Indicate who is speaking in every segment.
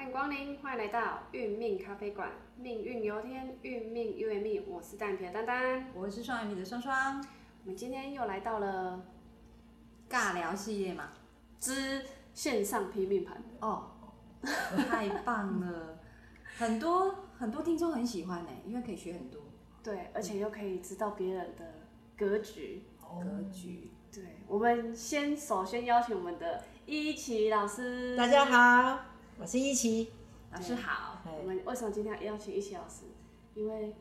Speaker 1: 迎光临，欢迎来到运命咖啡馆，命运由天，运命由命。我是单眼皮的丹丹，
Speaker 2: 我是双眼皮的双双，
Speaker 1: 我们今天又来到了
Speaker 2: 尬聊系列嘛。
Speaker 1: 之线上拼命盘，
Speaker 2: 哦，太棒了，很多很多听众很喜欢呢、欸因为可以学很多
Speaker 1: 对，而且又可以知道别人的格局。
Speaker 2: 格局。
Speaker 1: 对，我们先首先邀请我们的一奇老师，
Speaker 3: 大家。好，我是一琪。
Speaker 2: 老师好，
Speaker 1: 我们为什么今天要邀请一奇老师？因为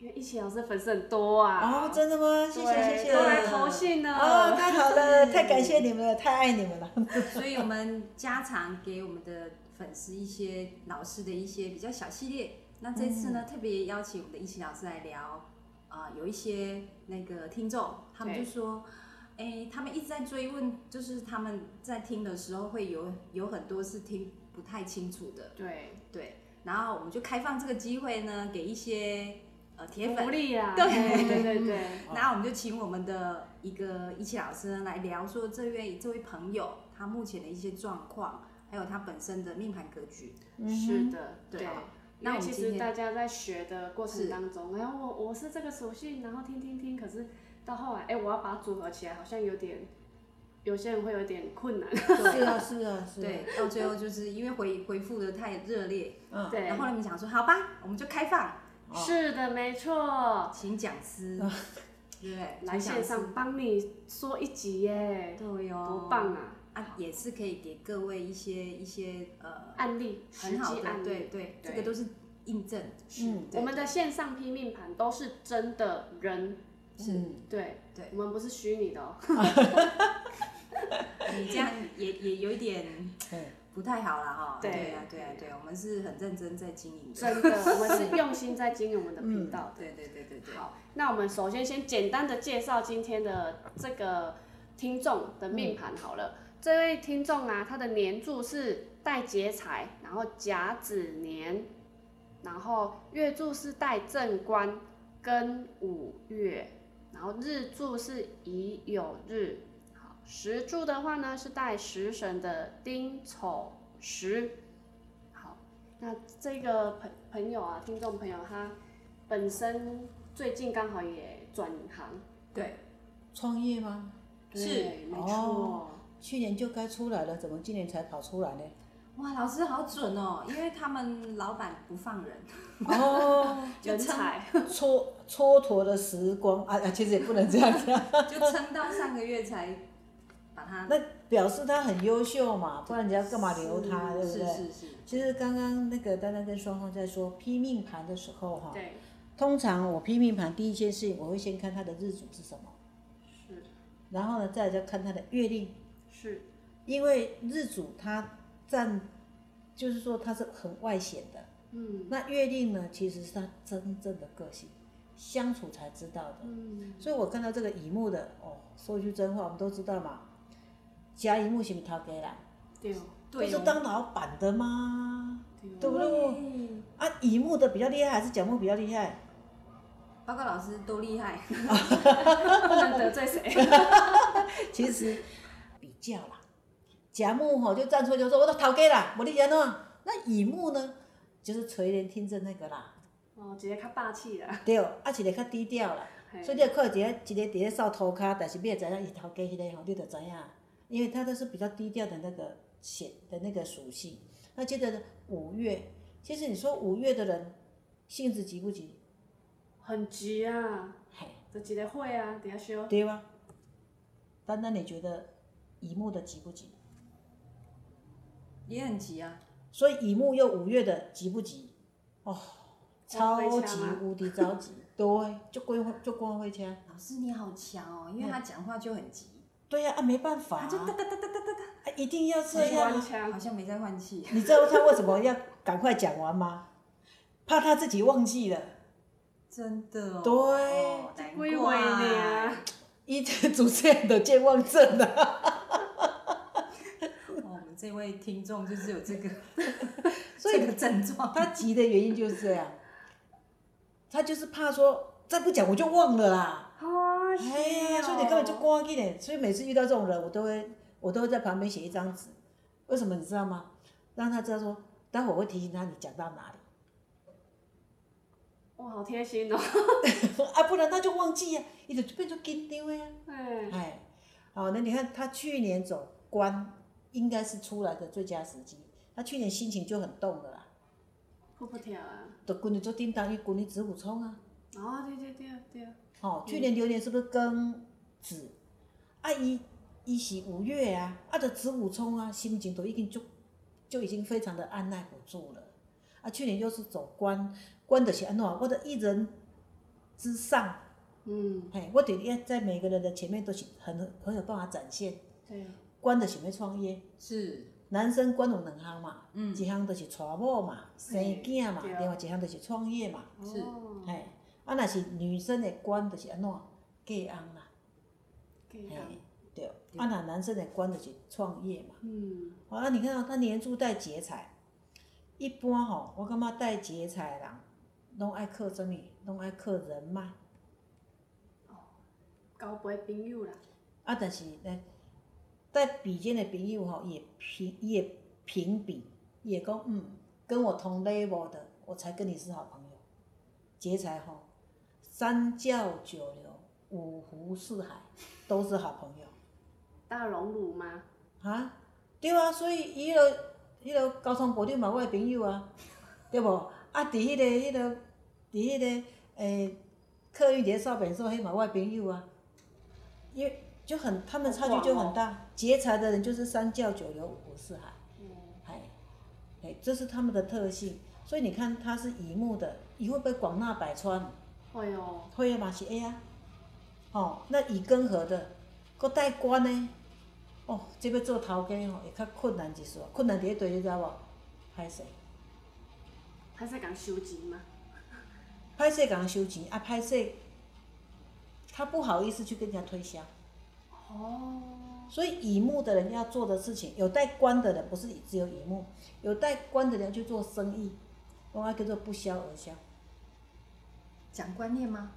Speaker 1: 因为一奇老师粉丝很多啊，
Speaker 3: 哦，真的吗？谢
Speaker 1: 对
Speaker 3: 谢谢谢。
Speaker 1: 都来投信了。
Speaker 3: 哦，太好了，太感谢你们了，太爱你们了。
Speaker 2: 所以我们加常给我们的粉丝一些老师的一些比较小系列。那这次呢，特别邀请我们的一起老师来聊，啊、有一些那个听众他们就
Speaker 1: 对
Speaker 2: 说。哎，他们一直在追问，就是他们在听的时候会有有很多是听不太清楚的，
Speaker 1: 对，
Speaker 2: 对，然后我们就开放这个机会呢，给一些呃铁
Speaker 1: 福
Speaker 2: 粉，
Speaker 1: 利啊，
Speaker 2: 对
Speaker 1: 对对对，
Speaker 2: 那我们就请我们的一个一起老师呢来聊说这位这位朋友他目前的一些状况，还有他本身的命盘格局。
Speaker 3: 嗯
Speaker 1: 是的，
Speaker 2: 对
Speaker 1: 对
Speaker 2: 好。
Speaker 1: 那
Speaker 2: 那我们
Speaker 1: 其
Speaker 2: 今
Speaker 1: 实
Speaker 2: 天
Speaker 1: 大家在学的过程
Speaker 2: 是
Speaker 1: 当中，然后我我是这个属性，然后听听听，可是到后来，哎、我要把它组合起来，好像有点，有些人会有点困难。
Speaker 3: 是啊是啊是啊。
Speaker 2: 对，到最后就是因为回回复的太热烈，
Speaker 3: 嗯，
Speaker 1: 对
Speaker 2: 然，后呢我们想说好吧，我们就开放，
Speaker 3: 哦
Speaker 1: 是的，没错，
Speaker 2: 请讲 师，对不对？
Speaker 1: 来
Speaker 2: 请讲
Speaker 1: 线
Speaker 2: 师
Speaker 1: 上帮你说一集耶，
Speaker 2: 对哟、
Speaker 1: 多棒啊！
Speaker 2: 啊，也是可以给各位一些一些呃
Speaker 1: 案例，实
Speaker 2: 很好
Speaker 1: 际
Speaker 2: 的，
Speaker 1: 案例，
Speaker 2: 啊对对，这个都是印证，
Speaker 3: 嗯
Speaker 2: 对
Speaker 1: 我们的线上拼命盘都是真的人，
Speaker 3: 嗯
Speaker 1: 对
Speaker 2: 对
Speaker 1: 我们不是虚拟的哦。
Speaker 2: 你这样也也有一 点
Speaker 3: 对
Speaker 2: 不太好了哈。
Speaker 1: 对
Speaker 2: 对啊，对啊，对啊，我们是很认真在经营的。
Speaker 1: 真的，我们是用心在经营我们的
Speaker 2: 嗯
Speaker 1: 频道的。
Speaker 2: 对对对对对。
Speaker 1: 好，那我们首先先简单的介绍今天的这个听众的命盘好了。这位听众啊，他的年柱是带劫财，然后甲子年，然后月柱是带正官跟五月，然后日柱是乙酉日。好，时柱的话呢是带食神的丁丑时。好，那这个朋朋友啊，听众朋友他本身最近刚好也转行，
Speaker 2: 对，
Speaker 3: 创业吗？
Speaker 1: 对
Speaker 2: 是
Speaker 1: 没错。
Speaker 3: 哦去年就该出来了，怎么今年才跑出来呢？
Speaker 2: 哇，老师好准哦，因为他们老板不放人，
Speaker 3: 哦，
Speaker 2: 就
Speaker 1: 人
Speaker 2: 撑
Speaker 1: 才
Speaker 3: 蹉蹉跎的时光啊，啊其实也不能这样讲，
Speaker 2: 就撑到上个月才把他。
Speaker 3: 那表示他很优秀嘛，不然人家干嘛留他，对
Speaker 2: 是
Speaker 3: 不对？
Speaker 2: 是是是，
Speaker 3: 其实刚刚那个丹丹跟双双在说批命盘的时候哈，
Speaker 1: 对，
Speaker 3: 通常我批命盘第一件事情我会先看他的日主是什么，
Speaker 1: 是
Speaker 3: 然后呢再来就看他的月令，
Speaker 1: 是，
Speaker 3: 因为日主它占，就是说它是很外显的，
Speaker 1: 嗯
Speaker 3: 那月令呢其实是他真正的个性，相处才知道的。
Speaker 1: 嗯，
Speaker 3: 所以我看到这个乙木的哦，说一句真话，我们都知道嘛，甲乙木是不是逃给啦？
Speaker 1: 对哦，
Speaker 3: 都
Speaker 2: 对
Speaker 3: 是
Speaker 2: 哦，
Speaker 3: 当老板的吗？
Speaker 1: 对
Speaker 3: 对
Speaker 1: 哦
Speaker 3: 不对？啊，乙木的比较厉害还是甲木比较厉害？
Speaker 2: 报告老师都厉害，
Speaker 1: 不能得 罪谁。
Speaker 3: 其实比较啦，甲木吼就站出来就说我都逃给啦，我的人哦。那乙木呢，就是垂帘听政那个啦，
Speaker 1: 哦，直接较霸气啦。
Speaker 3: 对，啊一个较低调啦。
Speaker 1: 嘿
Speaker 3: 所以你若看到一个一个伫咧扫涂骹，但是你也知影伊头家迄个吼，你就知影，因为他都是比较低调的那个显的那个属性。那接着呢，五月，其实你说五月的人性子急不急？
Speaker 1: 很急啊，
Speaker 3: 嘿，
Speaker 1: 就一个会啊，等下
Speaker 2: 嗯
Speaker 1: 修。
Speaker 3: 对吗？丹丹，你觉得乙木的急不急？
Speaker 2: 也很急啊。
Speaker 3: 所以乙木又五月的急不急？哦，
Speaker 1: 光辉
Speaker 3: 超
Speaker 1: 枪
Speaker 3: 级
Speaker 2: 啊
Speaker 1: 吗
Speaker 3: 无敌着急，对，就光就光会枪。
Speaker 2: 老师你好强哦，因为他讲话就很急，
Speaker 3: 对呀、啊，没办法、
Speaker 2: 他
Speaker 3: 啊
Speaker 2: 就，哒哒哒哒哒哒哒，
Speaker 3: 啊一定要这样
Speaker 1: 官
Speaker 3: 啊。
Speaker 2: 好
Speaker 1: 腔，
Speaker 2: 像没在换气。
Speaker 3: 你知道他为什么要赶快讲完吗？怕他自己忘记了。
Speaker 2: 真的、哦，
Speaker 3: 对
Speaker 2: 哦难
Speaker 1: 归位你
Speaker 3: 哎
Speaker 2: 怪，
Speaker 1: 啊，
Speaker 3: 一直主持人的健忘症啊，
Speaker 2: 哦我们这位听众就是有这个，
Speaker 3: 所以
Speaker 2: 这个症状，
Speaker 3: 他急的原因就是这样，他就是怕说再不讲我就忘了啦。
Speaker 1: 好哦
Speaker 3: 哎呀，所以你根本就光一点，所以每次遇到这种人，我都会我都会在旁边写一张纸，为什么你知道吗？让他知道说，待会我会提醒他你讲到哪里
Speaker 1: 哇，好贴心哦。
Speaker 3: 啊，不然他就忘记啊，伊就变成紧张的啊。
Speaker 1: 嗯，
Speaker 3: 哎，好，那你看他去年走关，应该是出来的最佳时机。他去年心情就很动了啦，
Speaker 1: 破不条啊。
Speaker 3: 都滚你做叮当，一滚你子午冲啊。
Speaker 1: 哦，对对对对，
Speaker 3: 哦，去年流年是不是庚子？啊，伊伊是五月啊，啊，着子午冲啊，心情都已经就就已经非常的按耐不住了。啊，去年又是走官，官的是安怎？我的一人之上，
Speaker 1: 嗯，
Speaker 3: 嘿，我得要在每个人的前面都是很很有办法展现。
Speaker 1: 对，
Speaker 3: 官的想要创业，
Speaker 2: 是，
Speaker 3: 男生管有两项嘛，
Speaker 2: 嗯
Speaker 3: 一项就是娶某嘛，生囝嘛，
Speaker 1: 对
Speaker 3: 另外一项就是创业嘛，
Speaker 2: 是
Speaker 1: 哦，
Speaker 3: 嘿、啊，若是女生的管就是安怎，嫁翁啦，
Speaker 1: 可以
Speaker 3: 嘿、
Speaker 1: 的
Speaker 3: 对，啊，若男生的管就是创业嘛，
Speaker 1: 嗯，
Speaker 3: 好、啊，你看哦，他年柱带劫财，一般吼、我感觉带劫财的人，拢爱靠什物，拢爱靠人脉，
Speaker 1: 交杯朋友啦，
Speaker 3: 啊，但是呢，在比肩的朋友吼、也评也评比，也讲嗯，跟我同 level 的，我才跟你是好朋友。劫财吼，三教九流，五湖四海都是好朋友
Speaker 1: 大荣辱吗？
Speaker 3: 啊。对啊，所以伊迄、那个迄、那个交通部长嘛，我的朋友啊， 对无？啊，伫迄、个迄、个伫迄、个诶、客运节少本说迄嘛，我的朋友啊，因为就很他们差距就很大，劫财的人就是三教九流五湖四海，
Speaker 1: 嗯，
Speaker 3: 哎，哎，这是他们的特性。所以你看他是乙木的，乙会不会广纳百川？
Speaker 1: 会哦，
Speaker 3: 会啊嘛是会啊，哦，那乙庚合的，搁带官呢，哦，这要做头家吼会较困难一丝仔，困难伫咧地你知无？歹势，
Speaker 1: 还是讲收集嘛？
Speaker 3: 歹势共人收钱，啊歹势，他不好意思去跟人家推销。
Speaker 1: 哦，
Speaker 3: 所以乙木的人要做的事情，有带官的人不是只有乙木，有带官的人要去做生意，我们叫做不销而销。
Speaker 2: 讲观念吗？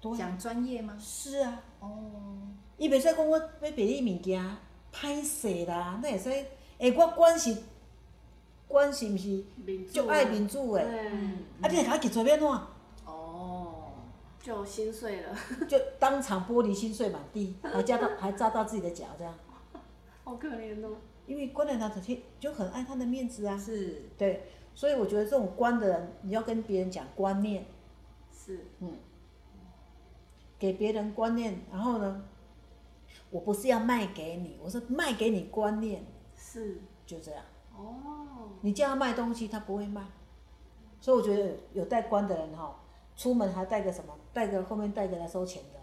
Speaker 3: 对啊
Speaker 2: 讲专业吗？
Speaker 3: 是啊，
Speaker 2: 哦，
Speaker 3: 伊袂使讲我要卖你物件，歹势啦，那会使？诶、我管是管是毋是
Speaker 1: 民主啊
Speaker 3: 足爱民主诶？
Speaker 1: 对，
Speaker 3: 啊，你若甲我拒绝要怎？
Speaker 2: 嗯哦，
Speaker 1: 就有心碎了，
Speaker 3: 就当场玻璃心碎满地，还扎到还扎到自己的脚这样，
Speaker 1: 好可怜哦。
Speaker 3: 因为官人他就就很爱他的面子啊。
Speaker 2: 是，
Speaker 3: 对，所以我觉得这种官的人，你要跟别人讲观念，
Speaker 1: 是，
Speaker 3: 嗯，给别人观念，然后呢，我不是要卖给你，我是卖给你观念，
Speaker 1: 是，
Speaker 3: 就这样。
Speaker 1: 哦，
Speaker 3: 你叫他卖东西，他不会卖，所以我觉得有带官的人哈、出门还带个什么，带个后面带个来收钱的，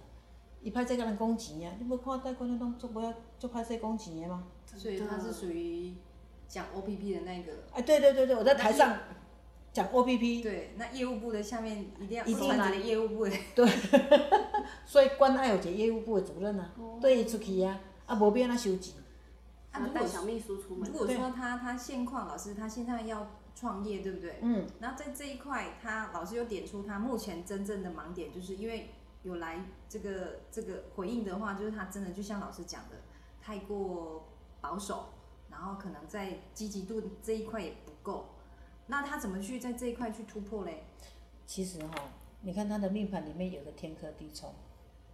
Speaker 3: 一派这个人讲钱啊，你不看带官的拢做不要做派这讲钱的吗？
Speaker 2: 所以他是属于讲 O P P 的那个，
Speaker 3: 哎，对对对对，我在台上讲 O P P，
Speaker 2: 对，那业务部的下面一定要
Speaker 3: 一定
Speaker 2: 传
Speaker 3: 来
Speaker 2: 达业务部的，
Speaker 3: 对，所以关爱有一个业务部的主任啊
Speaker 1: 哦，
Speaker 3: 对伊出去啊，啊无变啊收钱。
Speaker 2: 啊
Speaker 1: 要
Speaker 2: 如
Speaker 1: 带
Speaker 2: 果
Speaker 1: 小秘书出门
Speaker 2: 如，果
Speaker 3: 对
Speaker 2: 说他他现况老师他现在要创业，对不对？
Speaker 3: 嗯，
Speaker 2: 然后在这一块，他老师又点出他目前真正的盲点，就是因为有来这个这个回应的话，就是他真的就像老师讲的，太过保守，然后可能在积极度这一块也不够。那他怎么去在这一块去突破嘞？
Speaker 3: 其实哈、你看他的命盘里面有个天克地冲，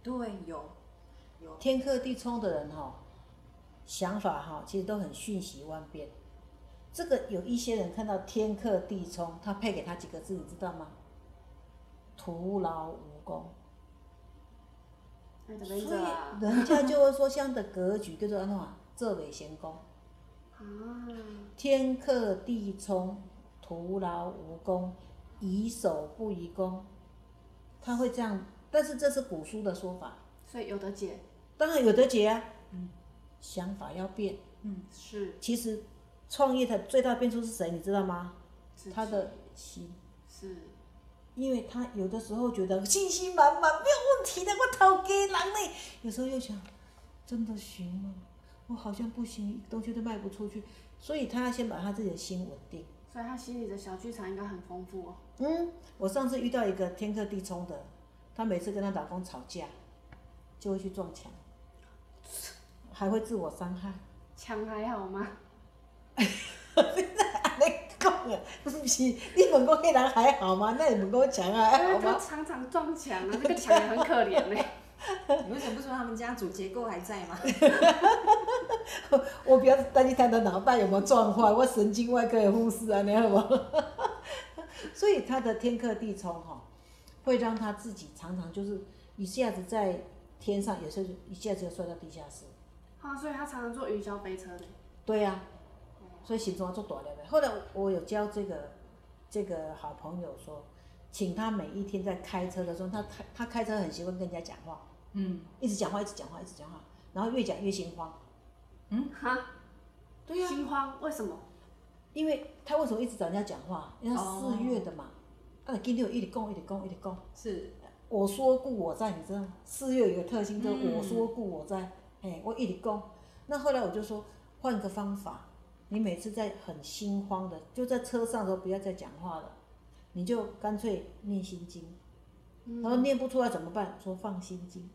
Speaker 2: 对，有有
Speaker 3: 天克地冲的人哈、想法哈、其实都很瞬息万变。这个有一些人看到天克地冲，他配给他几个字，你知道吗？徒劳无功。
Speaker 1: 那怎
Speaker 3: 所
Speaker 1: 么着啊
Speaker 3: 以？人家就会说，这样的格局叫做安怎样？这为闲功。
Speaker 1: 啊，
Speaker 3: 天克地冲，徒劳无功，以守不宜攻。他会这样，但是这是古书的说法，
Speaker 1: 所以有的解，
Speaker 3: 当然有得解啊。
Speaker 2: 嗯
Speaker 3: 想法要变。
Speaker 1: 是，
Speaker 3: 其实创业的最大变数是谁，你知道吗？
Speaker 1: 自己
Speaker 3: 他的心，
Speaker 1: 是，
Speaker 3: 因为他有的时候觉得信心满满，没有问题的，我讨给人嘞。有时候又想，真的行吗？我好像不行，东西都卖不出去，所以他要先把他自己的心稳定。
Speaker 1: 所以他心里的小剧场应该很丰富哦。
Speaker 3: 嗯，我上次遇到一个天克地冲的，她每次跟她老公吵架，就会去撞墙，还会自 我伤害。
Speaker 1: 墙还好吗？
Speaker 3: 你讲啊，是，你问讲迄人还好吗？那你问讲强啊，还
Speaker 1: 因
Speaker 3: 好
Speaker 1: 为 他
Speaker 3: 吗？
Speaker 1: 常常撞墙啊，那个墙也很可怜欸 呢、
Speaker 2: 你为什么不说他们家主结构还 在吗？
Speaker 3: 我不要担心他的脑袋有没有撞坏，我神经外科的护士啊，你好吗？所以他的天克地冲哈，会让他自己常常就是一下子在天上，有时候就一下子就摔到地下室。
Speaker 1: 啊，所以他常常坐云霄飞车呢。
Speaker 3: 对呀、所以心中要做大了的。后来我有教这个这个好朋友说，请他每一天在开车的时候，他开他开车很习惯跟人家讲话，
Speaker 2: 嗯，
Speaker 3: 一直讲话，一直讲话，一直讲话，然后越讲越心慌。
Speaker 1: 哈，
Speaker 3: 对呀、
Speaker 1: 心慌，为什么？
Speaker 3: 因为他为什么一直找人家讲话？因为他
Speaker 2: 哦
Speaker 3: 四月的嘛，啊，今天有一直讲，一直讲，一直讲。
Speaker 2: 是，
Speaker 3: 我说故我在，你知道吗？四月有个特性，就是
Speaker 2: 嗯
Speaker 3: 我说故我在，哎、我一直攻。那后来我就说，换个方法，你每次在很心慌的，就在车上的时候不要再讲话了，你就干脆念心经。
Speaker 1: 嗯
Speaker 3: 然后念不出来怎么办？说放心经，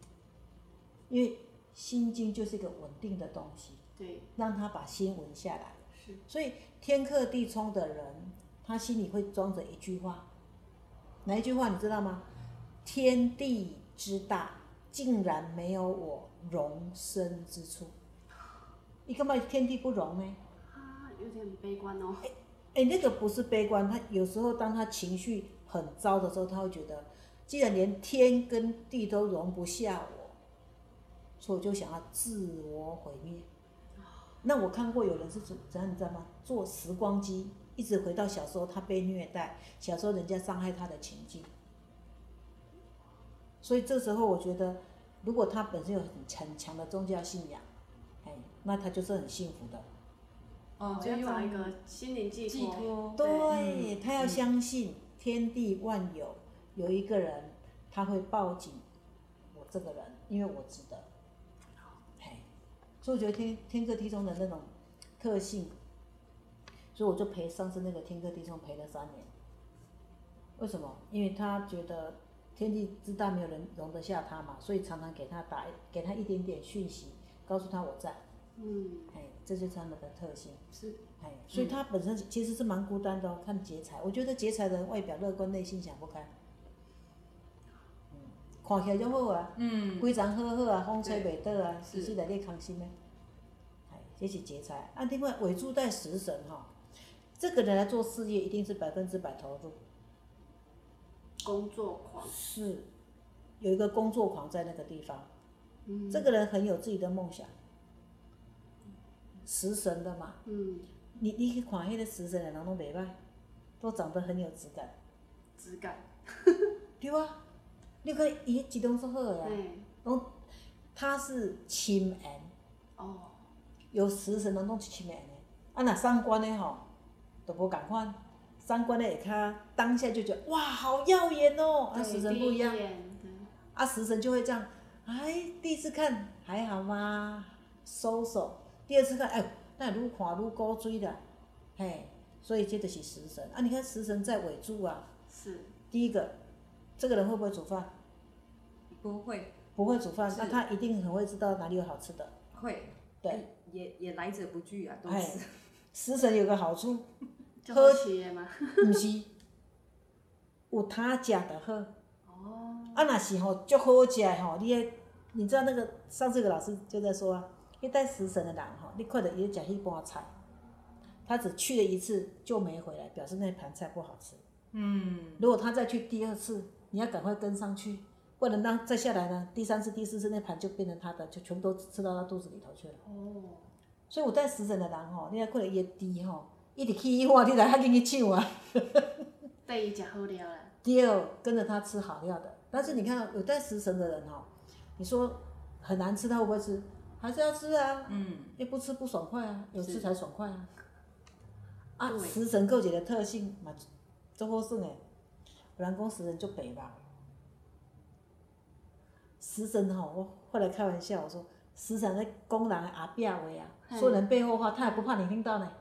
Speaker 3: 因为心经就是一个稳定的东西，
Speaker 1: 对，
Speaker 3: 让他把心稳下来。
Speaker 1: 是
Speaker 3: 所以天克地冲的人，他心里会装着一句话，哪一句话你知道吗？天地之大，竟然没有我容身之处。你干嘛天地不容呢？
Speaker 1: 啊，有点悲观哦。
Speaker 3: 哎，那个不是悲观，他有时候当他情绪很糟的时候，他会觉得，既然连天跟地都容不下我，所以我就想要自我毁灭。那我看过有人是怎怎样，你知道吗？坐时光机，一直回到小时候他被虐待，小时候人家伤害他的情境。所以这时候我觉得，如果他本身有很很强的宗教信仰，哎，那他就是很幸福的。
Speaker 2: 哦，
Speaker 1: 我
Speaker 2: 就
Speaker 1: 要找一
Speaker 2: 用
Speaker 1: 个心灵寄
Speaker 2: 寄
Speaker 1: 托。
Speaker 2: 托，
Speaker 3: 对，
Speaker 2: 嗯
Speaker 3: 他要相信天地万有，有一个人他会抱紧我这个人，因为我值得。嘿，所以我觉得天天各地中的那种特性，所以我就陪上次那个天各地中陪了三年。为什么？因为他觉得天地之大没有人容得下他嘛，所以常常给他打给他一点点讯息，告诉他我在。
Speaker 1: 嗯，
Speaker 3: 哎，这就是他们的特性。
Speaker 1: 是，
Speaker 2: 嗯
Speaker 3: 哎，所以他本身其实是蛮孤单的、哦。看劫财，我觉得劫财的人外表乐观，内心想不开。嗯，看起来就好啊，
Speaker 2: 嗯，
Speaker 3: 规章好好啊，风吹
Speaker 2: 对
Speaker 3: 袂倒啊，
Speaker 2: 是
Speaker 3: 其实内底空心的。哎，这是劫财。啊，另外尾柱带食神哈、这个人来做事业一定是百分之百投入。
Speaker 1: 工作
Speaker 2: 哦
Speaker 1: 狂。
Speaker 3: 是，有一个工作狂在那个地方。
Speaker 1: 嗯
Speaker 3: 这个人很有自己的梦想，食神的嘛，
Speaker 1: 嗯，
Speaker 3: 你你去看迄个食神的人拢袂歹，都长得很有质感。
Speaker 1: 质感。
Speaker 3: 对啊，你看伊一拢是好的啊，
Speaker 1: 对，
Speaker 3: 拢他是深缘，
Speaker 1: 哦，
Speaker 3: 有食神人拢是深缘的。啊，若三观的吼，都无共款。三观的会较当下就觉得哇，好耀眼哦！啊，
Speaker 1: 对
Speaker 3: 食神不一样
Speaker 1: 第，眼对
Speaker 3: 啊，食神就会这样，哎，第一次看还好嘛，收手。第二次看，哎，那愈看愈古锥啦，嘿，所以这就是食神啊。你看食神在尾柱啊，
Speaker 1: 是
Speaker 3: 第一个，这个人会不会煮饭？
Speaker 2: 不会，
Speaker 3: 不会煮饭，
Speaker 2: 是
Speaker 3: 那他一定很会知道哪里有好吃的。
Speaker 2: 会，
Speaker 3: 对，，
Speaker 2: 也也来者不拒啊，都
Speaker 3: 哎
Speaker 2: 是，
Speaker 3: 食神有个好处，
Speaker 1: 就
Speaker 3: 喝
Speaker 1: 好奇耶嘛。
Speaker 3: 毋是有他食的好。哦。啊，若是吼足好食的吼，你会，你知道那个上次有个老师就在说啊，迄带食神的人吼，你看着伊食迄盘菜，他只去了一次就没回来，表示那盘菜不好吃。
Speaker 2: 嗯，
Speaker 3: 如果他再去第二次，你要赶快跟上去，不然让再下来呢，第三次、第四次那盘就变成他的，就全部都吃到他肚子里头去了。
Speaker 1: 哦，
Speaker 3: 所以有带食神的人吼，你若看着伊的猪吼，一直去伊碗，你来较紧去抢啊。
Speaker 1: 被伊食好料了啦。
Speaker 3: 第二，跟着他吃好料的。但是你看有带食神的人哦，你说很难吃，他会不会吃？还是要吃啊，
Speaker 2: 嗯，
Speaker 3: 也不吃不爽快啊，有吃
Speaker 2: 是
Speaker 3: 才爽快啊。啊，
Speaker 1: 对
Speaker 3: 食神够姐的特性嘛，周后胜诶，有人讲食神就北吧。食神吼、我后来开玩笑我说，食神在公然阿壁话啊，
Speaker 1: 嘿
Speaker 3: 说人背后话，他也不怕你听到呢。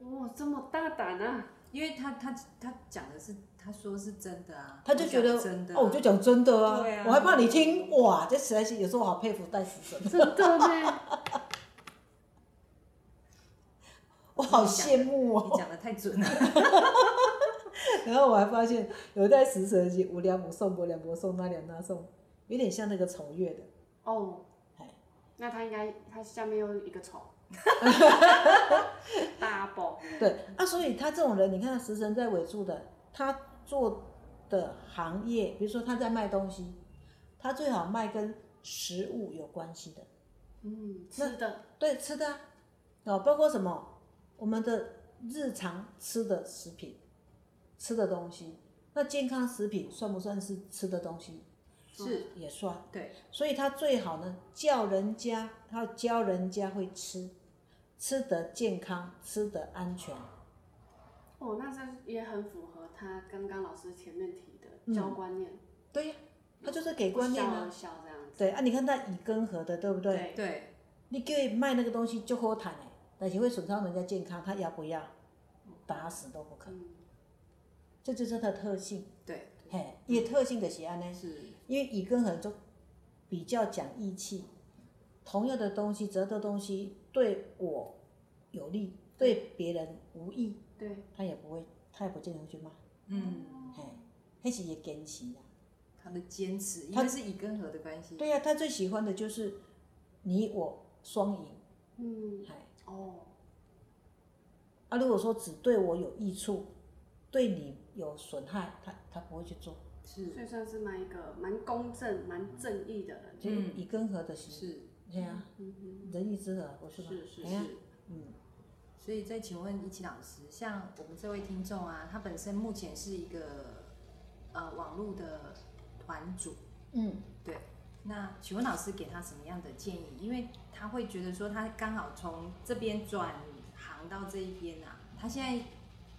Speaker 1: 哇，这么大胆啊！
Speaker 2: 因为他他他讲的是，他说是真的啊，
Speaker 3: 他就觉得
Speaker 2: 讲真的啊，
Speaker 3: 哦，我就讲真的啊，
Speaker 2: 对啊
Speaker 3: 我还怕你听哇，这实在是有时候我好佩服戴时神。
Speaker 1: 真的呢，
Speaker 3: 我好羡慕哦。
Speaker 2: 你讲的太准了，
Speaker 3: 然后我还发现有在食神集无良母送伯良伯送那两那送，有点像那个丑月的，
Speaker 1: 哦
Speaker 3: 哎，
Speaker 1: 那它应该它下面又一个 丑，double，
Speaker 3: 对啊，所以他这种人，你看食神在尾柱的，他做的行业，比如说他在卖东西，他最好卖跟食物有关系的，
Speaker 1: 嗯，吃的
Speaker 3: 对吃的啊，哦，包括什么我们的日常吃的食品，吃的东西，那健康食品算不算是吃的东西？
Speaker 2: 是
Speaker 3: 也算。
Speaker 2: 对，
Speaker 3: 所以他最好呢，叫人家，他要教人家会吃，吃得健康，吃得安全。
Speaker 1: 哦，那这也很符合他刚刚老师前面提的教观念，
Speaker 3: 对呀、他嗯就是给观念
Speaker 1: 不孝
Speaker 3: 啊
Speaker 1: 而。孝这样子，
Speaker 3: 对啊，你看他乙庚合的，对不对？
Speaker 1: 对
Speaker 2: 对，
Speaker 3: 你给卖那个东西就和谈哎，但是会损伤人家健康，他要不要？打死都不肯，
Speaker 1: 嗯，
Speaker 3: 这就是他的特性。
Speaker 2: 对，
Speaker 3: 嘿，伊的特性就是安尼，
Speaker 2: 是，
Speaker 3: 因为乙庚合就比较讲义气，同样的东西，折的东西对我有利，对别人无益。
Speaker 1: 对，
Speaker 3: 他也不会，他也不见得会去骂，
Speaker 2: 嗯，
Speaker 3: 嘿，那是也坚持啦。
Speaker 2: 他的坚持，因
Speaker 3: 他
Speaker 2: 为是乙跟合的关系，
Speaker 3: 对呀、他最喜欢的就是你我双赢，
Speaker 1: 嗯，
Speaker 3: 哎，
Speaker 1: 哦，
Speaker 3: 啊，如果说只对我有益处，对你有损害，他他不会去做。
Speaker 2: 是
Speaker 1: 所以算是蛮一个蛮公正、蛮正义的人，
Speaker 3: 就是以根合的是，
Speaker 2: 是
Speaker 3: 对呀、
Speaker 1: 嗯哼，
Speaker 3: 仁义之和不是吗？
Speaker 2: 是是
Speaker 3: 哎呀
Speaker 2: 是。
Speaker 3: 嗯，
Speaker 2: 所以再请问一奇老师，像我们这位听众啊，他本身目前是一个呃网络的团主，
Speaker 3: 嗯，
Speaker 2: 对。那请问老师给他什么样的建议？因为他会觉得说他刚好从这边转行到这一边啊，他现在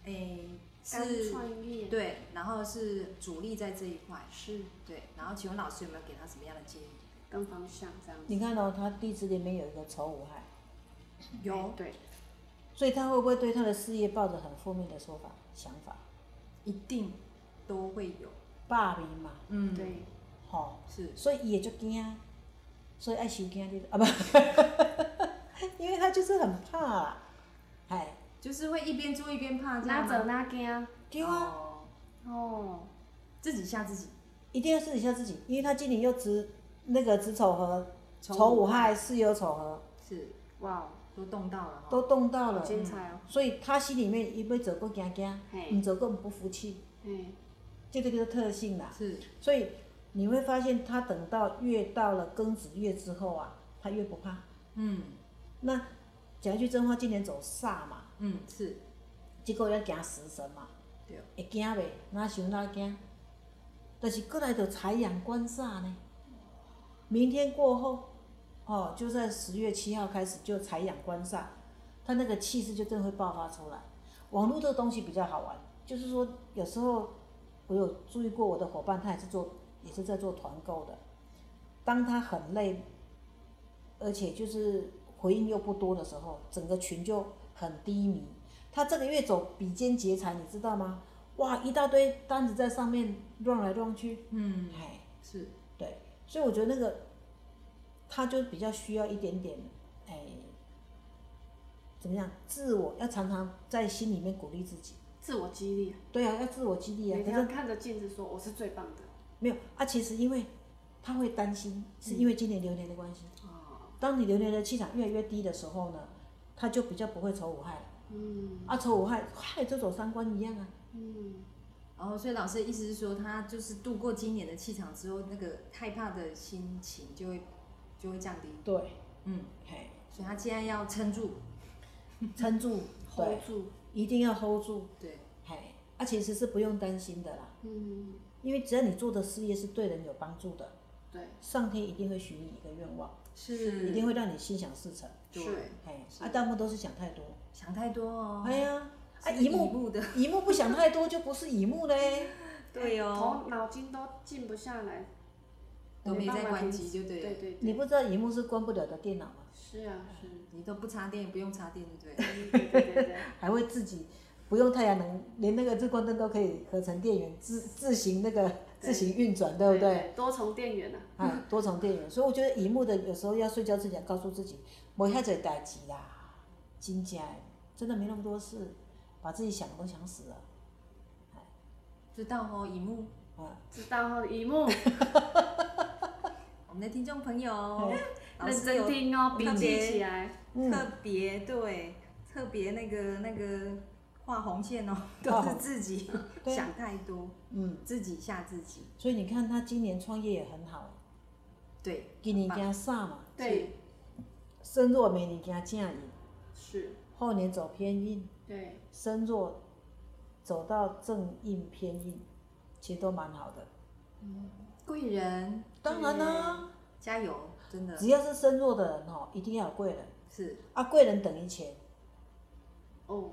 Speaker 2: 诶、
Speaker 1: 刚
Speaker 2: 是，
Speaker 1: 创业，
Speaker 2: 对，然后是主力在这一块，
Speaker 1: 是
Speaker 2: 对。然后请问老师有没有给他什么样的建议？
Speaker 1: 跟方向这样子，
Speaker 3: 你看到、哦他地支里面有一个丑五害，
Speaker 1: 哎对，
Speaker 3: 所以他会不会对他的事业抱着很负面的说法想法？
Speaker 2: 一定都会有，
Speaker 3: 霸凌嘛，
Speaker 2: 嗯，，
Speaker 1: 对，
Speaker 3: 吼、
Speaker 2: 是
Speaker 3: 所以伊也就惊，所以爱收惊你啊不， 因为他就是很怕啦，哎，
Speaker 2: 就是会一边做一边怕这样
Speaker 1: 拉
Speaker 2: 吗，
Speaker 1: 着拉惊，
Speaker 3: 对啊，
Speaker 2: 哦，
Speaker 1: 哦，
Speaker 2: 自己吓自己，
Speaker 3: 一定要自己吓自己，因为他今年又值那个子丑合、丑
Speaker 2: 五
Speaker 3: 午亥、巳酉丑
Speaker 2: 哦
Speaker 3: 合
Speaker 2: 是
Speaker 1: 哇哦，
Speaker 2: 都动到了哈，
Speaker 3: 都动到
Speaker 1: 好
Speaker 3: 了，
Speaker 1: 精彩哦，
Speaker 3: 所以他心里面伊要走过惊惊，
Speaker 1: 嗯嘿
Speaker 3: 唔走过不服气，
Speaker 1: 哎，
Speaker 3: 这个就是特性啦。
Speaker 2: 是
Speaker 3: 所以你会发现他等到月到了庚子月之后啊，他越不怕。
Speaker 2: 嗯
Speaker 3: 那讲一句真话，今年走煞嘛，
Speaker 2: 嗯是，
Speaker 3: 结果要行食神嘛。
Speaker 2: 对，
Speaker 3: 会惊袂？哪想哪惊？但是过来就财养官煞呢。明天过后，哦，就在十月七号开始就财养官煞，他那个气势就真的会爆发出来。网络这个东西比较好玩，就是说有时候我有注意过我的伙伴，他也是做也是在做团购的，当他很累，而且就是回应又不多的时候，整个群就很低迷。他这个月走比肩劫财，你知道吗？哇，一大堆单子在上面乱来乱去，
Speaker 2: 嗯
Speaker 3: 哎，
Speaker 2: 是
Speaker 3: 对，所以我觉得那个他就比较需要一点点，哎，怎么样？自我要常常在心里面鼓励自己。
Speaker 1: 自我激励啊，
Speaker 3: 对啊，要自我激励啊
Speaker 1: 每。
Speaker 3: 可
Speaker 1: 天要
Speaker 3: 是
Speaker 1: 看着镜子说我是最棒的，
Speaker 3: 没有啊，其实因为他会担心，是因为今年流年的关系。
Speaker 1: 哦，
Speaker 3: 当你流年的气场越来越低的时候呢，他就比较不会愁五害了。
Speaker 1: 嗯
Speaker 3: 啊，愁五害，害就走三关一样啊。
Speaker 1: 嗯，
Speaker 2: 然后所以老师的意思是说，他就是度过今年的气场之后，那个害怕的心情就会就会降低，
Speaker 3: 对，
Speaker 2: 嗯，
Speaker 3: 嘿，
Speaker 2: 所以他现在要撑住，
Speaker 3: 撑住对，
Speaker 1: hold 住，
Speaker 3: 一定要 hold 住。
Speaker 2: 对，
Speaker 3: 嘿，啊，其实是不用担心的啦，
Speaker 1: 嗯，
Speaker 3: 因为只要你做的事业是对人有帮助的，
Speaker 1: 对，
Speaker 3: 上天一定会许你一个愿望，
Speaker 2: 是
Speaker 3: 一定会让你心想事成。
Speaker 2: 对
Speaker 1: 是，
Speaker 3: 嘿，
Speaker 2: 是
Speaker 3: 啊，大部分都是想太多。
Speaker 2: 想太多哦，
Speaker 3: 哎呀，啊，
Speaker 2: 是
Speaker 3: 乙
Speaker 2: 一
Speaker 3: 木，
Speaker 2: 步的，
Speaker 3: 乙木不想太多就不是乙木嘞。
Speaker 2: 对哦，
Speaker 1: 哎头脑筋都静不下来，
Speaker 2: 都没
Speaker 1: 办
Speaker 2: 在
Speaker 1: 法
Speaker 2: 关
Speaker 1: 停
Speaker 2: 机
Speaker 1: 止
Speaker 2: 就对了
Speaker 1: 对对，对，
Speaker 3: 你不知道乙木是关不了的电脑吗？
Speaker 1: 是啊是，
Speaker 2: 你都不插电，也不用插电，对不对？
Speaker 1: 嗯对对对对，
Speaker 3: 还会自己不用太阳能，连那个日光灯都可以合成电源，自自行那个自行运转， 对不对？？
Speaker 1: 多重电源啊，
Speaker 3: 啊，多重电源，所以我觉得荧幕的有时候要睡觉之前告诉自己，无遐侪代志啦，真正的，真的没那么多事，把自己想的都想死了。
Speaker 2: 知道哦，乙木，
Speaker 1: 知道后乙木
Speaker 2: 我们的听众朋友
Speaker 3: 嗯，
Speaker 2: 老
Speaker 1: 认
Speaker 2: 师有
Speaker 1: 真听哦，笔
Speaker 2: 特
Speaker 1: 记
Speaker 2: 别
Speaker 1: 起来。
Speaker 2: 特别对，特别那个那个画红线哦，
Speaker 3: 画
Speaker 2: 都是
Speaker 3: 红
Speaker 2: 自己
Speaker 3: 对
Speaker 2: 想太多，
Speaker 3: 嗯，
Speaker 2: 自己吓自己。
Speaker 3: 所以你看他今年创业也很好，啊
Speaker 2: 对，
Speaker 3: 今年加煞嘛，
Speaker 1: 对，
Speaker 3: 身弱没年加正印，
Speaker 1: 是，
Speaker 3: 后年走偏印，
Speaker 1: 对，
Speaker 3: 身弱走到正印偏印，其实都蛮好的。
Speaker 2: 贵人
Speaker 3: 当然啊啦、
Speaker 2: 加油，真的
Speaker 3: 只要是身弱的人哦，一定要有贵人
Speaker 2: 是
Speaker 3: 啊，贵人等于钱，
Speaker 1: 哦，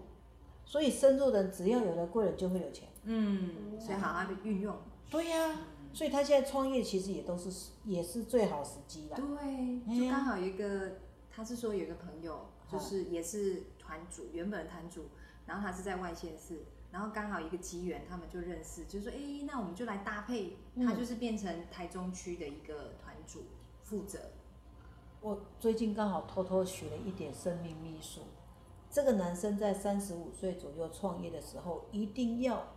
Speaker 3: 所以身弱的人只要有了贵人就会有钱。
Speaker 2: 嗯，所以好好的运用。
Speaker 3: 对呀、所以他现在创业其实也都是也是最好时机啦。哎
Speaker 2: 对，就
Speaker 3: 呀
Speaker 2: 刚好有一个，他是说有一个朋友，就
Speaker 3: 嗯
Speaker 2: 是也是团主，原本的团主，然后他是在外县市，然后刚好一个机缘，他们就认识，就说，哎、那我们就来搭配，
Speaker 3: 嗯
Speaker 2: 他就是变成台中区的一个团主负责，
Speaker 3: 我最近刚好偷偷学了一点生命秘术。这个男生在三十五岁左右创业的时候，一定要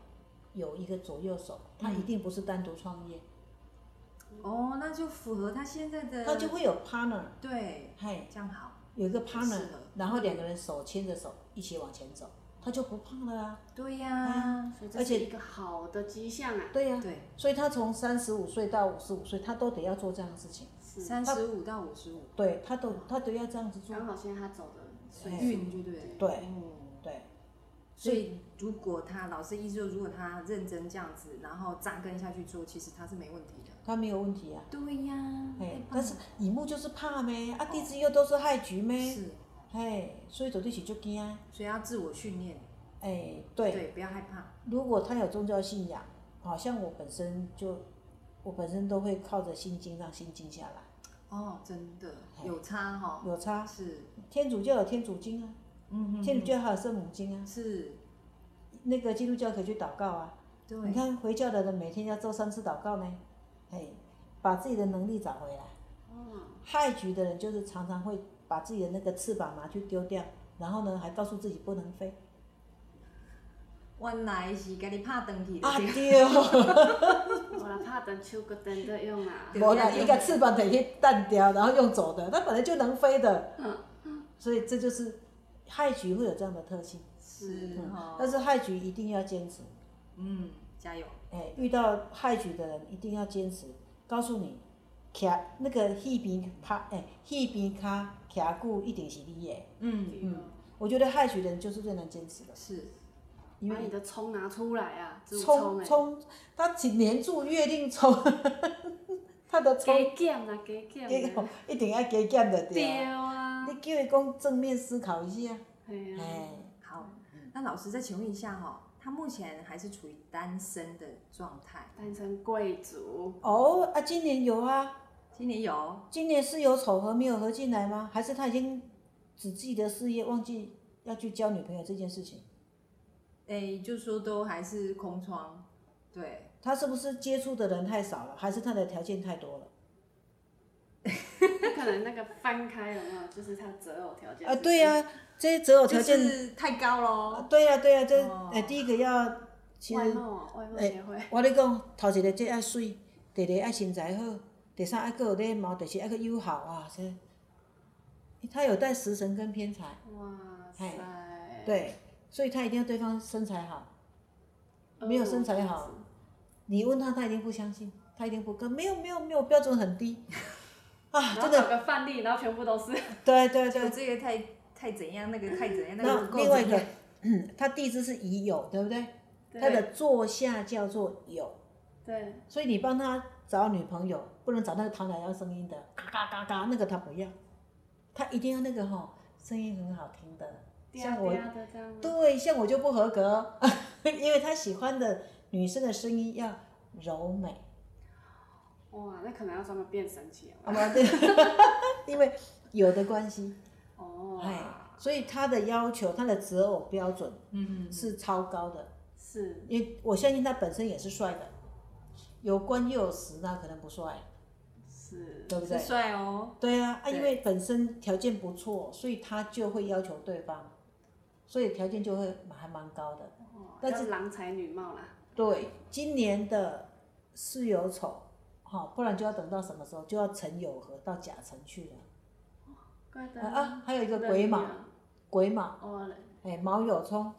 Speaker 3: 有一个左右手，他一定不是单独创业，
Speaker 2: 哦，那就符合他现在的，
Speaker 3: 他嗯就会有 partner，
Speaker 2: 对，
Speaker 3: 嗨，
Speaker 2: 这样好，
Speaker 3: 有一个 partner，
Speaker 2: 是的
Speaker 3: 然后两个人手牵着手一起往前走，他就不怕了啊。
Speaker 2: 对呀、
Speaker 1: 所以
Speaker 3: 而
Speaker 1: 这
Speaker 3: 且
Speaker 1: 是一个好的迹象啊。
Speaker 3: 对呀、
Speaker 2: 对，
Speaker 3: 所以他从三十五岁到五十五岁，他都得要做这样的事情，
Speaker 1: 是，
Speaker 2: 三十五到五十五，
Speaker 3: 对他都他都要这样子做，
Speaker 1: 刚好现在他走的
Speaker 2: 水运就对了，
Speaker 3: 对
Speaker 2: 哦
Speaker 3: 对，
Speaker 2: 所以，如果他老师意思说，如果他认真这样子，然后扎根下去做，其实他是没问题的。
Speaker 3: 他没有问题啊。
Speaker 2: 对呀、
Speaker 3: 哎
Speaker 2: 太，棒
Speaker 3: 但
Speaker 2: 了
Speaker 3: 是乙木就是怕咩，啊地支又都是害局咩，
Speaker 2: 是，
Speaker 3: 哎，所以走地起就惊啊。
Speaker 2: 所以要自我训练，
Speaker 3: 哎，对，
Speaker 2: 不要害怕。
Speaker 3: 如果他有宗教信仰，好像我本身就，我本身都会靠着心经让心静下来。
Speaker 2: 哦，真的有差哈、
Speaker 3: 有差，
Speaker 2: 是，
Speaker 3: 天主教有天主经啊，
Speaker 2: 嗯
Speaker 3: 天主教还有圣母经啊，
Speaker 2: 哼，是，
Speaker 3: 那个基督教可以去祷告啊。
Speaker 2: 对，
Speaker 3: 你看回教的人每天要做三次祷告呢，哎，把自己的能力找回来。
Speaker 2: 哦
Speaker 1: 嗯，
Speaker 3: 害局的人就是常常会把自己的那个翅膀拿去丢掉，然后呢还告诉自己不能飞。
Speaker 2: 原来是给你怕登去的，
Speaker 3: 啊对哦，
Speaker 1: 我来怕等秋个等着用啊。
Speaker 2: 对
Speaker 3: 无啦，伊个翅膀等于淡掉，然后用走的，它本来就能飞的，所以这就是害局会有这样的特性。
Speaker 2: 是哈、
Speaker 3: 但是害局一定要坚持，
Speaker 2: 嗯，加油，
Speaker 3: 哎，遇到害局的人一定要坚持。告诉你，徛那个迄边卡，哎，迄边卡徛久一定是你的。
Speaker 2: 嗯，
Speaker 1: 嗯，
Speaker 3: 我觉得害局的人就是最难坚持的，
Speaker 2: 是，
Speaker 3: 因
Speaker 1: 把
Speaker 3: 为
Speaker 1: 你的葱拿出来啊，只有葱
Speaker 3: 冲
Speaker 1: 哎，
Speaker 3: 冲，他几年住月令冲， 他的冲
Speaker 1: 加减啊，加
Speaker 3: 一
Speaker 1: 减啊，
Speaker 3: 一定要加减的对
Speaker 1: 对
Speaker 3: 啊。
Speaker 1: 啊，
Speaker 3: 你叫伊讲正面思考一下，
Speaker 1: 嘿啊，
Speaker 3: 哎，
Speaker 2: 好。那老师再请问一下哈、他目前还是处于单身的状态，
Speaker 1: 单身贵族，
Speaker 3: 哦啊，今年有啊，
Speaker 2: 今年有
Speaker 3: 今年是有丑合没有合进来吗？还是他已经只记得事业，忘记要去交女朋友这件事情？
Speaker 2: 诶，哎就说都还是空窗，对，
Speaker 3: 他是不是接触的人太少了，还是他的条件太多了？
Speaker 1: 不可能那个翻开有没有？就是他择偶 条件
Speaker 3: 啊，对，呀、这些择偶条件，啊
Speaker 2: 就是太高咯。
Speaker 3: 对呀、对呀、这
Speaker 2: 哦
Speaker 3: 呃、第一个要，其
Speaker 1: 外
Speaker 3: 实哎
Speaker 1: 貌啊，外貌协会，
Speaker 3: 我咧讲，头一个这爱水，第二个爱身材好，第三还佫有礼貌，第四还佫友好啊，这他有带食神跟偏财。
Speaker 1: 哇
Speaker 2: 哎
Speaker 1: 塞，
Speaker 3: 哎对，所以他一定要对方身材好。没有身材好，
Speaker 1: 哦
Speaker 3: 你问他，他一定不相信，他一定不跟，没有没有没有，标准 很低啊，
Speaker 1: 然
Speaker 3: 真
Speaker 1: 后
Speaker 3: 的，
Speaker 1: 找个范例，然后全部都是，
Speaker 3: 对对
Speaker 2: 就
Speaker 3: 对。
Speaker 2: 这个太太怎样，那个太怎样，那个
Speaker 3: 呃那
Speaker 2: 不够
Speaker 3: 另外一
Speaker 2: 怎
Speaker 3: 个
Speaker 2: 样，
Speaker 3: 嗯他地支是乙酉，对不对？他
Speaker 1: 对
Speaker 3: 的坐下叫做酉，
Speaker 1: 对，
Speaker 3: 所以你帮他找女朋友，不能找那个唐老鸭声音的，嘎嘎嘎嘎，那个他不要，他一定要那个哈、声音很好听的，像我
Speaker 1: 嗲嗲的这样子，
Speaker 3: 对，像我就不合格， 因为他喜欢的女生的声音要柔美。
Speaker 1: 哇，那可能要专门变声器
Speaker 3: 好
Speaker 1: 哦，
Speaker 3: 吗？对，因为有的关系，哎
Speaker 1: 哦，，
Speaker 3: 所以他的要求，他的择偶标准
Speaker 2: 嗯，
Speaker 3: 是超高的，
Speaker 1: 是，
Speaker 3: 因为我相信他本身也是帅的，有官又有实，那可能不帅，
Speaker 1: 是，
Speaker 3: 对不
Speaker 2: 是
Speaker 3: 对？
Speaker 2: 帅哦，
Speaker 3: 对啊，啊，
Speaker 2: 对
Speaker 3: 因为本身条件不错，所以他就会要求对方，所以条件就会还蛮高的。
Speaker 1: 哦
Speaker 3: 但
Speaker 1: 要郎才女貌啦，
Speaker 3: 对，今年的巳酉丑，好、不然就要等到什么时候？就要辰酉合到甲辰去了。
Speaker 1: 怪得
Speaker 3: 啊啊，还有一个癸卯，癸卯，
Speaker 1: 哦，
Speaker 3: 哎，卯酉冲，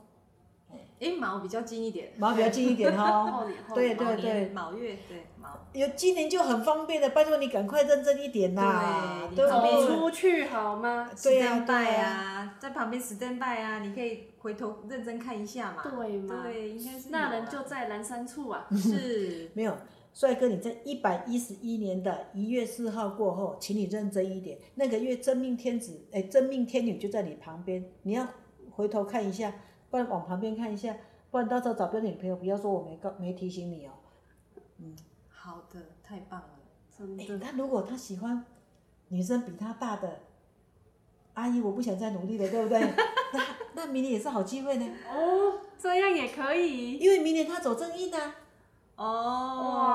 Speaker 2: 哎，毛比较近一点，
Speaker 3: 卯比较近一点哈、
Speaker 1: 后年后
Speaker 3: 对
Speaker 1: 年
Speaker 3: 对
Speaker 2: 毛年
Speaker 3: 对
Speaker 2: 毛月对毛，
Speaker 3: 有今年就很方便的，拜托你赶快认真一点啦，
Speaker 2: 对
Speaker 3: 对不
Speaker 1: 走
Speaker 3: 对？
Speaker 1: 出去好吗？
Speaker 3: 对呀
Speaker 2: stand by
Speaker 3: 对呀
Speaker 2: 啊，在旁边 stand by 啊，你可以回头认真看一下嘛。
Speaker 1: 对嘛，
Speaker 2: 对，应该是有啊
Speaker 1: 那人就在南山处啊。
Speaker 2: 是
Speaker 3: 没有，帅哥，你在一百一十一年的一月四号过后，请你认真一点。那个月真命天子，哎，真命天女就在你旁边，你要回头看一下，不然往旁边看一下，不然到时候找不到女朋友，不要说我没告没提醒你哦。
Speaker 2: 好的，太棒了。
Speaker 1: 真
Speaker 3: 哎，
Speaker 1: 的，
Speaker 3: 那如果他喜欢女生比他大的，阿姨，我不想再努力了，对不对？那那明年也是好机会呢，
Speaker 1: 这样也可以
Speaker 3: 因为明年他走正印呢、
Speaker 2: 哦
Speaker 1: 哇，！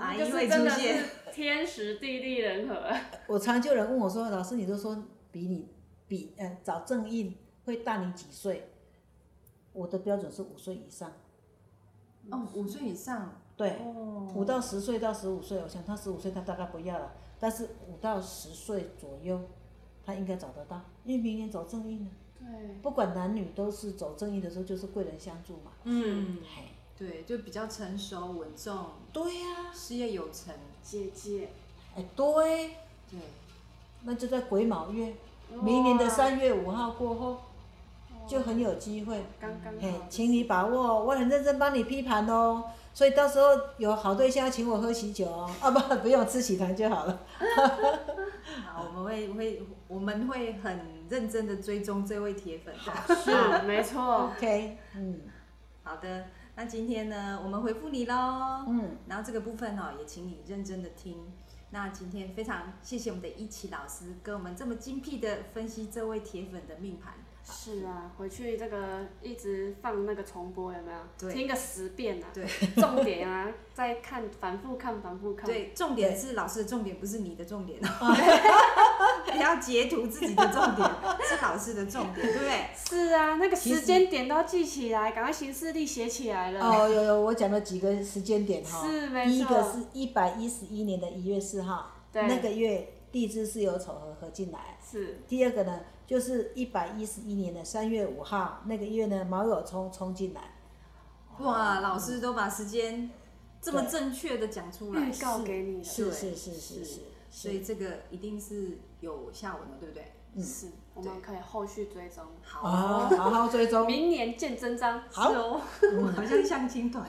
Speaker 2: 阿
Speaker 1: 那就
Speaker 2: 姨会
Speaker 1: 是真
Speaker 2: 出
Speaker 1: 的
Speaker 2: 现
Speaker 1: 是，天时地利人和，
Speaker 3: 我常就有人问我说：“老师，你都说比你比呃找正印会大你几岁？”我的标准是五岁以上，
Speaker 2: 哦，五岁以上，
Speaker 3: 对，
Speaker 2: 哦，
Speaker 3: 五到十岁到十五岁，我想他十五岁他大概不要了，但是五到十岁左右，他应该找得到，因为明年走正印了，啊
Speaker 1: 对，
Speaker 3: 不管男女都是走正印的时候就是贵人相助嘛。
Speaker 2: 嗯，
Speaker 3: 嘿
Speaker 2: 对，就比较成熟稳重，
Speaker 3: 对呀、
Speaker 2: 事业有成，
Speaker 1: 姐姐，
Speaker 3: 哎对，
Speaker 2: 对，
Speaker 3: 那就在癸卯月，明年的
Speaker 1: 哇
Speaker 3: 三月五号过后就很有机会。
Speaker 1: 刚刚
Speaker 3: 嘿
Speaker 1: 好，，
Speaker 3: 请你把握，我很认真帮你批盘哦。所以到时候有好对象要请我喝喜酒哦，啊不， 不用吃喜糖就好了。
Speaker 2: 好，我们会会我们会很认真的追踪这位铁粉的。
Speaker 1: 是啊没错，
Speaker 3: OK，嗯
Speaker 2: 好的，那今天呢，我们回复你喽。
Speaker 3: 嗯，
Speaker 2: 然后这个部分哦，也请你认真的听。那今天非常谢谢我们的一奇老师跟我们这么精辟的分析这位铁粉的命盘。
Speaker 1: 是啊，回去这个一直放那个重播有没有？
Speaker 2: 对
Speaker 1: 听个十遍啊，
Speaker 2: 对
Speaker 1: 重点啊， 再看反复看反复看，，
Speaker 2: 对，重点是老师的重点，不是你的重点哦。 不要截图自己的重点，是老师的重点，对不对？
Speaker 1: 是啊，那个
Speaker 3: 其实
Speaker 1: 时间点都要记起来，赶快行事历写起来了。
Speaker 3: 哦有有，我讲了几个时间点哈、
Speaker 1: 是没错
Speaker 3: 第一个是一百一十一年的一月四号，
Speaker 1: 对
Speaker 3: 那个月地支是有丑合合进来。
Speaker 1: 是
Speaker 3: 第二个呢，就是一百一十一年的三月五号，那个月呢卯酉冲冲进来。
Speaker 2: 哇，老师都把时间这么正确的讲出来
Speaker 1: 预，告给你了，
Speaker 3: 是
Speaker 2: 对
Speaker 3: 是是是是，
Speaker 2: 所以这个一定是有下文的，对不对？
Speaker 1: 是，我们可以后续追踪，
Speaker 2: 好
Speaker 3: 啊，
Speaker 2: 哦，
Speaker 3: 好好追踪。
Speaker 1: 明年见真章。
Speaker 3: 好
Speaker 2: 是哦，好像相亲 团。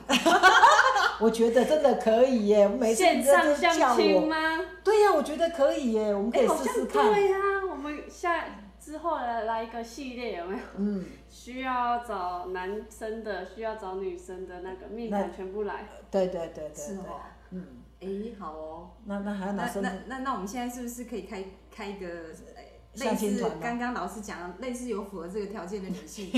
Speaker 3: 我觉得真的可以耶，每次
Speaker 1: 线
Speaker 3: 你
Speaker 1: 上
Speaker 3: 这就叫
Speaker 1: 相亲
Speaker 3: 我，
Speaker 1: 吗？哎
Speaker 3: 对呀、我觉得可以耶，我们可以
Speaker 1: 好
Speaker 3: 试
Speaker 1: 像
Speaker 3: 试看。
Speaker 1: 对呀、我们下之后来来一个系列有没有？
Speaker 3: 嗯，
Speaker 1: 需要找男生的，需要找女生的那个命
Speaker 3: 那
Speaker 1: 盘全部来。
Speaker 3: 对对对对
Speaker 2: 是
Speaker 3: 对，
Speaker 2: 哦，
Speaker 3: 嗯，
Speaker 2: 哎，好哦。
Speaker 3: 那那还有哪
Speaker 2: 那
Speaker 3: 生
Speaker 2: 那那那我们现在是不是可以开开一个呃类
Speaker 3: 相亲
Speaker 2: 似
Speaker 3: 团吗
Speaker 2: 刚刚老师讲的类似有符合这个条件的女 性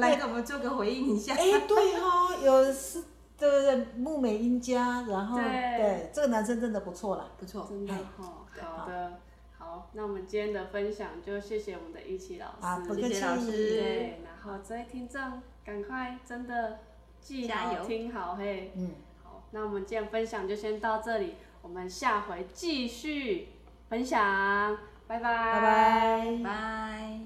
Speaker 2: 来给我们做个回应一下？
Speaker 3: 哎，对哈、哦，有是，对对对，木美英家，然后
Speaker 1: 对
Speaker 3: 对这个男生真的不错啦。
Speaker 2: 不错，
Speaker 1: 真的哦，好的，好，那我们今天的分享就谢谢我们的一奇老
Speaker 3: 啊，不
Speaker 1: 师，
Speaker 3: 客
Speaker 2: 谢
Speaker 3: 气，
Speaker 2: 谢老师
Speaker 1: 对，然后这位听众赶快真的记
Speaker 2: 加
Speaker 1: 好
Speaker 2: 油
Speaker 1: 听好嘿，
Speaker 3: 嗯，
Speaker 1: 好，那我们今天分享就先到这里，我们下回继续分享，拜拜，
Speaker 3: 拜拜。
Speaker 2: 拜。